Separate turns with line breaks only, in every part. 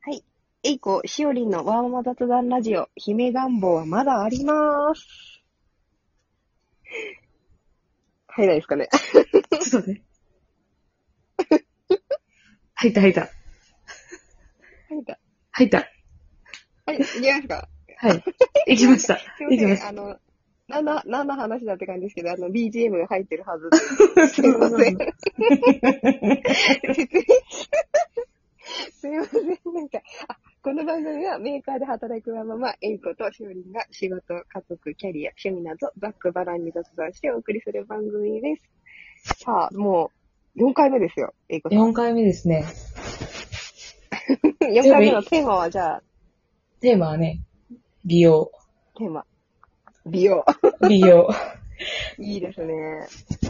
はい。えいこ、しおりんのワーママ雑談ラジオ、姫願望はまだあります。入らないですかね。
ちょっとね。入った入った。
入った。
入った。
はい、いきますか。
はい。行きました。
すい
行き
ませ
まし
ん。あ
た。
の、何の、何の話だって感じですけど、あの、BGM が入ってるはずですすいません。説明しすいません。なんか、あ、この番組はメーカーで働くまま、エイコとしおりんが仕事、家族、キャリア、趣味など、ざっくばらんに雑談してお送りする番組です。さあ、もう、4回目ですよ、エイコさん。
4回目ですね。
4回目のテーマは、じゃあ、
テーマはね、美容。
テーマ。美容。
美容。
いいですね。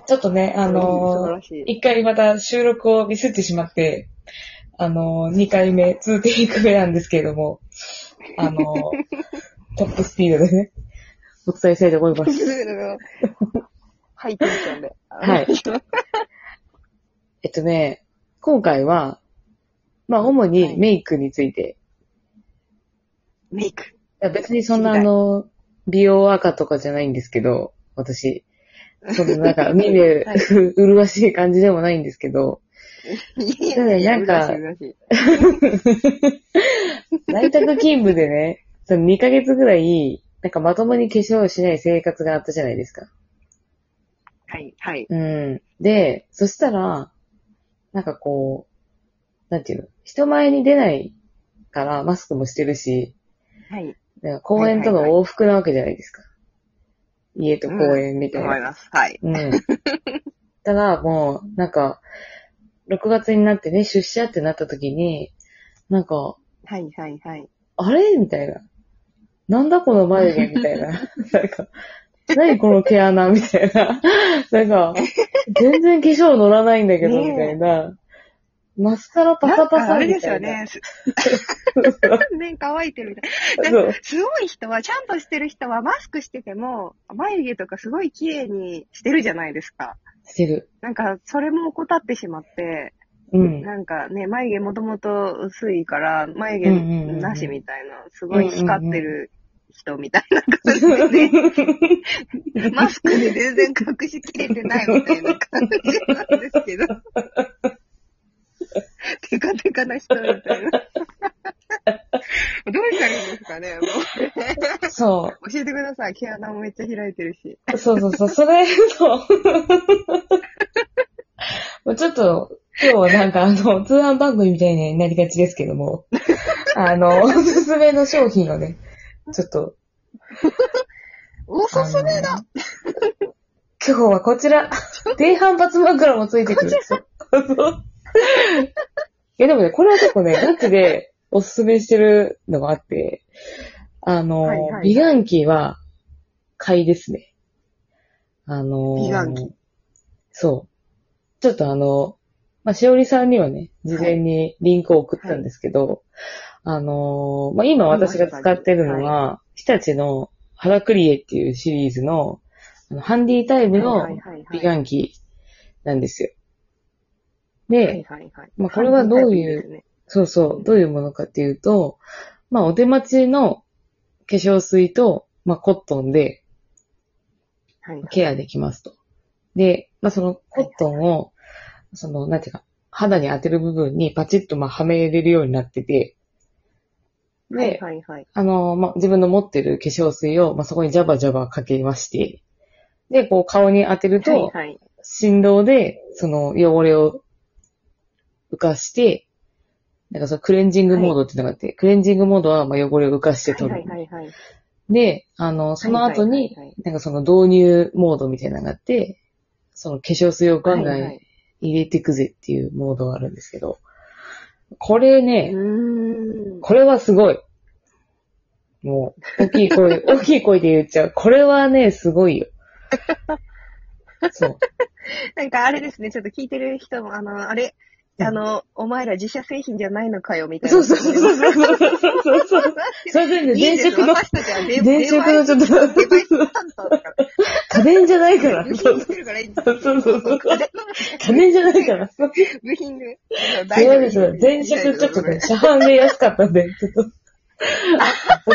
ちょっとね、あ
素晴
の
らし
ー、
い。
一回また収録をミスってしまって、あのー、2回目、2テイク目なんですけれども、あのー、トップスピードでね、お伝えしたいと思います。
ハイテンションで。
はい。えっとね、今回は、まあ、主
は
に
い
メイクについて、
メイク。
いや別にそんな
知り
あ
たい
の、美容赤とかじゃないんですけど、 私。そのなんか、見る、
はい
麗しい感じでもないんですけど、
い
やいやなんか
珍しい珍しい
在宅勤務でね、 その2ヶ月ぐらい、なんかまともに化粧をしない生活があったじゃないですか。
はい、はい。
うん。で、そしたら、なんかこう、なんていうの、人前に出ないからマスクもしてるし、
はい。
なんか公園との往復なわけじゃないですか。家と公園みたいな。
思います。はい。
うん。ただ、もう、なんか、6月になってね、出社ってなった時に、なんか、
はい、はい、はい。
あれみたいな。なんだこの眉毛みたいな。なんか、何この毛穴みたいな。なんか、全然化粧乗らないんだけど、
ねえ
みたいな。マスカラパサパ
なんかあ
サ
れ
み
です
た
よ
いな。
ね。す ね、乾いてるみたいな。
そ
なん
う
か、すごい人は、ちゃんとしてる人は、マスクしてても、眉毛とかすごい綺麗にしてるじゃないですか。
してる。
なんか、それも怠ってしまって、
うん。
なんかね、眉毛もともと薄いから、眉毛
うんうんうんうん
なしみたいな、すごい光ってる人みたいな感じでね、 マスクで全然隠しきれてないみたいな感じなんですけど。 テカテカな人みたいな。ど うしたらいいんですかねも
そう。
う教えてください。毛穴もめっちゃ開いてるし。
そうそうそう、それ、 そう。もうちょっと、今日はなんかあの、通販番組みたいになりがちですけども、あの、おすすめの商品をね、ちょっと、
おすすめだ
今日はこちら、低反発枕もついてくる。そう いやでもね、これは結構ね、ガチでおすすめしてるのがあって、あの、
はいはい
美顔器は、買いですね。あのー
美顔器
そう。ちょっとあの、まあ、しおりさんにはね、事前にリンクを送ったんですけど、あのーまあ、今私が使ってるのは、日立のハラクリエっていうシリーズの、あのハンディタイムの
はいはいは
美
いはい
顔器なんですよ。
は
で
い、はいはい。
まあこれはどういう
う。
そうそうう、
ん
どういうものかっていうと、まあ、お手持ちの化粧水と、まあ、コットンで、
はい。
ケアできますと。で、まあ、そのコットンを、その、なんていうか、肌に当てる部分にパチッとまあはめれるようになってて、
はい
で、
はいはい。
あの、まあ、自分の持ってる化粧水を、まあ、そこにジャバジャバかけまして、で、こう顔に当てる
はい
と、
はい。
振動で、その汚れを浮かして、なんかそのクレンジングモードっていうのがあって、クレンジングモードはまあ汚れを浮かして
はい
取る。
はいはいはい。
で、あの、その後に、
はいはいはいはい
なんかその導入モードみたいなのがあって、その化粧水をガンガ
はいは
ン
い
入れていくぜっていうモードがあるんですけど、これね、
うーん。
これはすごい。もう、大き い声、大きい声で言っちゃう。これはね、すごいよ。そう。
なんかあれですね、ちょっと聞いてる人も、あの、あれ、あの、お前ら自社製品じゃないのかよ、みたいな。
そうそうそうそうそうそうそうそう。それ でね、
いいんで
電
す
飾の、
私たちは電
電飾のちょっ
デバイス
と、
担当だから。
家電じゃないから。
部
そ
品
う
作るからいいんです
そうそうそう。家
家
電じゃないから。そう
部品で。
ですよ。電飾ちょっとね、車販で安かったんで、ちょっと。そう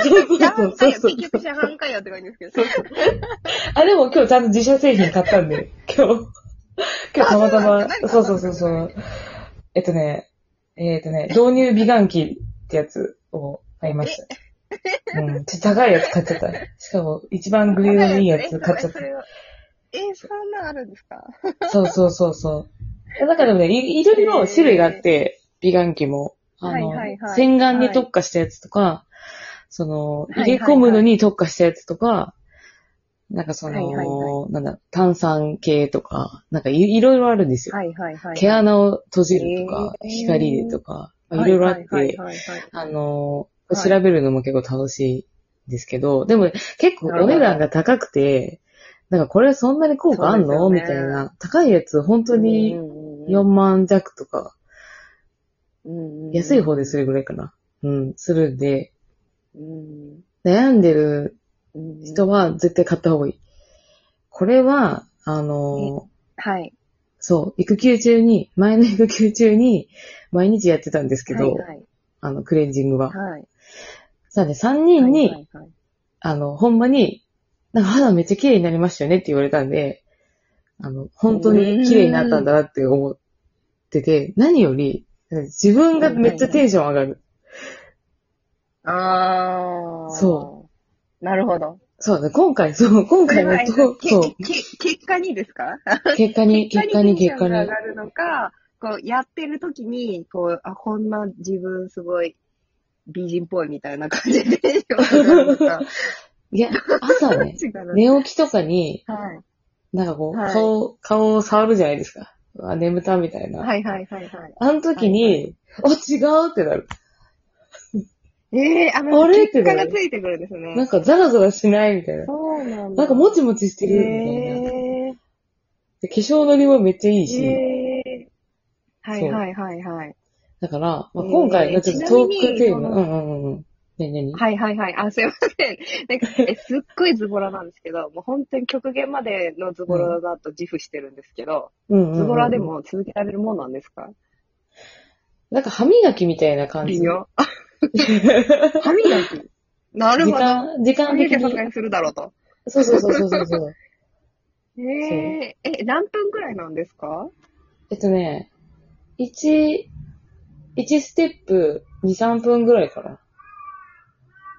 そう
車
そう
販か
そう
よ。
そう
結局車販かよって感じですけど。
あ、でも今日ちゃんと自社製品買ったんで、今日、今日たまたま
あそうなんです、か
そうそうそうそう。えっとね、えっとね、導入美顔器ってやつを買いました。うん、ちょっと高いやつ買っちゃった。しかも、一番グレードのいいやつ買っちゃっ
それはえー、そんなんあるんですか
た。そうそうそうそう。なんかでもね、いいろいろ種類があって、美顔器も。あの
はいはいは、い
洗顔に特化したやつとか、その、
はいはい
入れ込むのに特化したやつとか、なんかそ
はいはい
の、なんだ、炭酸系とか、なんかいいろいろあるんですよ。
はいはいはい。
毛穴を閉じるとか、
へー
光でとか、まあ
はい
ろいろあって、
はいはいはいはい
あの、
はい
調べるのも結構楽しいんですけど、でも結構お値段が高くて、なんかこれそんなに効果あんの、
そう
み
です
た
よ
い
ね
な。高いやつ本当に4万弱とか、
うんうん
安い方でするぐらいかな。うん、するんで、
うん
悩んでる
うん
人は絶対買った方がいい。これは、あの、
はい。
そう、育休中に、前の育休中に、毎日やってたんですけど、
はい
あの、クレンジングは。
はいはい。
さあね、3人
は
に、
いはいはい
あの、ほんまに、なんか肌めっちゃ綺麗になりましたよねって言われたんで、あの、本当に綺麗になったんだなって思ってて、何より、自分がめっちゃテンション上がる。
ああ。。
そう
なるほど。
そうね、今回、そう、今回のと、
け
そう、
け結果にですか
結 果に、結果
テ
に、
ンシ
結
ョ
果
ンが上
に
が。るのか、こう、やってる時に、こう、あ、こんな自分すごい美人っぽいみたいな感じでテンション上がるの か。
いや、朝ね、
違うな
寝起きとかに、
はい
なんかこう、
はい
顔、顔を触るじゃないですか。うわ眠たみたいな。
はいはいはいはい。
あの時に、あ、違うってなる。
ええあの、
あれ
結果がついてくるんですね。
なんかザラザラしないみたいな。
そうなんだ。
なんかもちもちして
え
るみたいな。
え
で化粧のりもめっちゃいいし。
ええは
そ
いうはいはいはい。
だから、まあ、
えー
今回のちょっとトークテーマ、
ちなみにその
うんうんうんうん。ねねに
はいはいはい。あ、すいません。なんか、えすっごいズボラなんですけど、もう本当に極限までのズボラだと自負してるんですけど、
うんうんうん
ズボラで。も続けられるもんなんですか
なんか歯磨きみたいな感じ。
微妙。あ歯磨き。なる
時
ほど。
間、時
歯
間
磨
的
きはさすが
に。
にするだろうと。
そうそうそうそうそう そう。
えええ、何分くらいなんですか
えっとね、一、一ステップ2、3分ぐらいかな。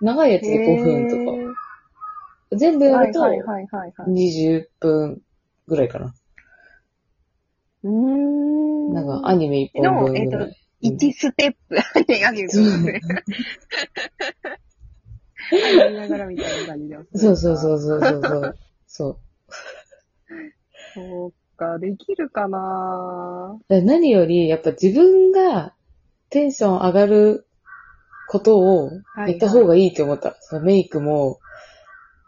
長いやつで5分とか。
か。
全部や
は
る
い
と
はいはいはいはい。
20分ぐらいかな。
うーん。
なんかアニメ1本分ぐら
の
い。
1ステップ、手がけてやりながらみたいな感じで。
そうそうそうそうそ うそう。そう。
そうか、できるかな
だから何より、やっぱ自分がテンション上がることをやった方がいいって思った。そのメイクも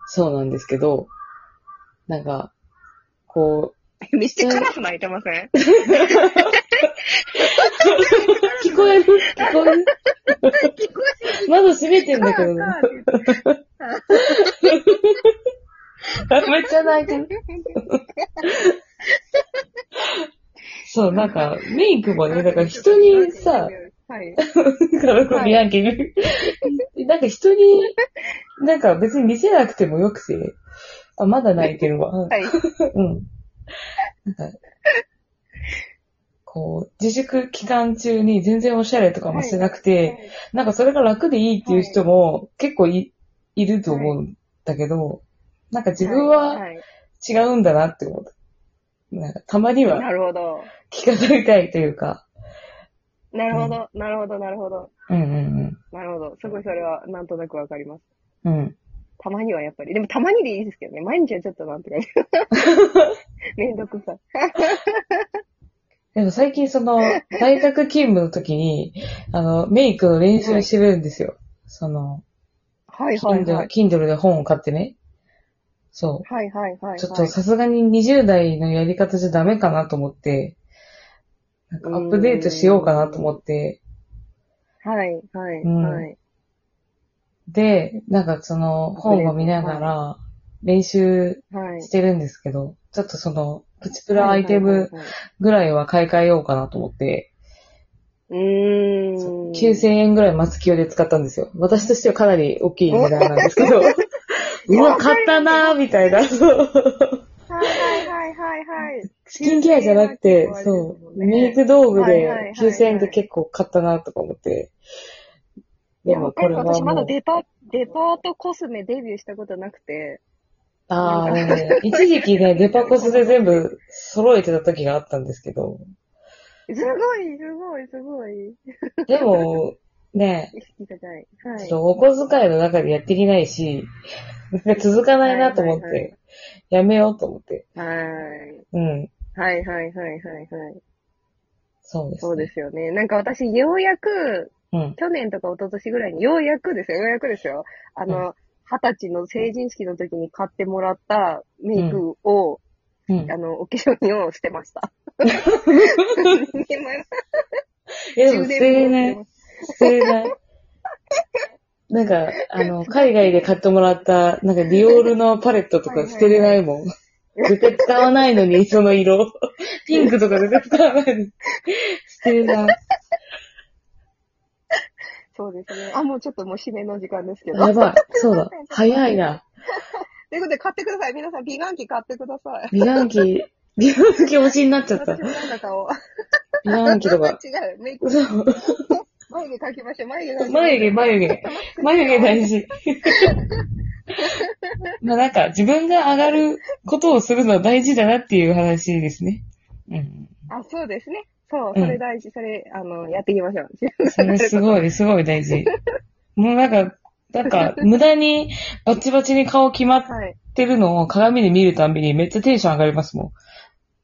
そうなんですけど、なんか、こ
にしてカラス鳴いてません
う、聞こえる聞こえ
聞
る
こ
窓閉めてん
カ
だけ
ラカ
どね。
ラって言っ
めっちゃ泣いてる。
て
そう、なんか、メイクもね、だから人にさ、、
はい。
からこれやける。なんか人に、なんか別に見せなくてもよくて、あ、まだ泣いてるわ。
はい。
うん。なんか、こう、自粛期間中に全然おしゃれとかもしてなくて、なんかそれが楽でいいっていう人も結構い,、い、ると思うんだけど、なんか自分は
はい、
違うんだなって思った。なんかたまには
なるほど。
着飾りたいというか、
なるほど、なるほど、なるほど。
うんうん
なるほど。すごいそれは、なんとなくわかります。
うん。うん。
たまにはやっぱり。でもたまにでいいですけどね。毎日はちょっとなんとか。 めんどくさい。
でも最近その、在宅勤務の時に、あの、メイクの練習してるんですよ。その、
はいはいは
Kindle,
い。
Kindle で本を買ってね。そう。
はいはいはいはい。
ちょっとさすがに20代のやり方じゃダメかなと思って、なんかアップデートしようかなと思って、
はい、はい、
うん
はい。
で、なんかその本を見ながら練習
はい。
してるんですけど、ちょっとそのプチプラアイテム
はいはいはいはい
ぐらいは買い替えようかなと思って、
うーん。
9000円ぐらいマスキオで使ったんですよ。私としてはかなり大きい値段なんで すけど、うわ、買ったなーみたいな、そう
はいはいはいはいはい。
スキンケアじゃなくて、
9000円は結構あれですもん
そう、
ね
メイク道具
はいはいはいは
で
い
9000円で結構買ったなとか思って、
い
で
や、
も
わ
こ
か
れ
る。
は
私ま
も
だ
う、
デパ、デパートコスメデビューしたことなくて。
ああ、でもね、一時期ね、デパコスで全部揃えてた時があったんですけど、
すごい、すごい、すごい。
でも、ね、
意識高い。
ちょ
は
っ
い。
とお小遣いの中でやっていけないし、なんか続かないなと思っ
はいはいは
て、やめようと思って。
はい。
うん、
はいはいはいはいはい。
そうです。。
そうですすよね。なんか私、ようやく、
うん。
去年とか一昨年ぐらいに、ようやくですよ、ようやくですよ。あの、二十歳の成人式の時に買ってもらったメイクを、
うん。
あの、お化粧品をしてま した。
え、でも捨てれない。捨てれない。なんか、あの、海外で買ってもらった、なんかディオールのパレットとか捨てれないもん。絶対使わないのに、その色。ピンクとか絶対使わないのに。捨てれない。
そうですね。あ、もうちょっともう締めの時間ですけど。
やばい。そうだ。早いな。
ということで、買ってください。皆さん、美顔器買ってください。
美顔器、美顔器推しになっちゃった
私。もなんだかを。
美顔器とか。
違う。メイク、
そう。
眉毛描きましょう。眉毛描きましょう
眉毛、眉毛。眉毛大事。 まあなんか、自分が上がることをするのは大事だなっていう話ですね。うん。
あ、そうですね。そう、
うん
それ大事。それ、あの、やっていきましょう。
それすごい、すごい大事。もうなんか、なんか、無駄にバチバチに顔決まっ
はい。
てるのを鏡で見るたんびにめっちゃテンション上がりますも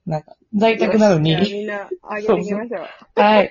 ん。なんか、在宅なの
よしじゃあ
に。
みんな、あげていきましょう。
はい。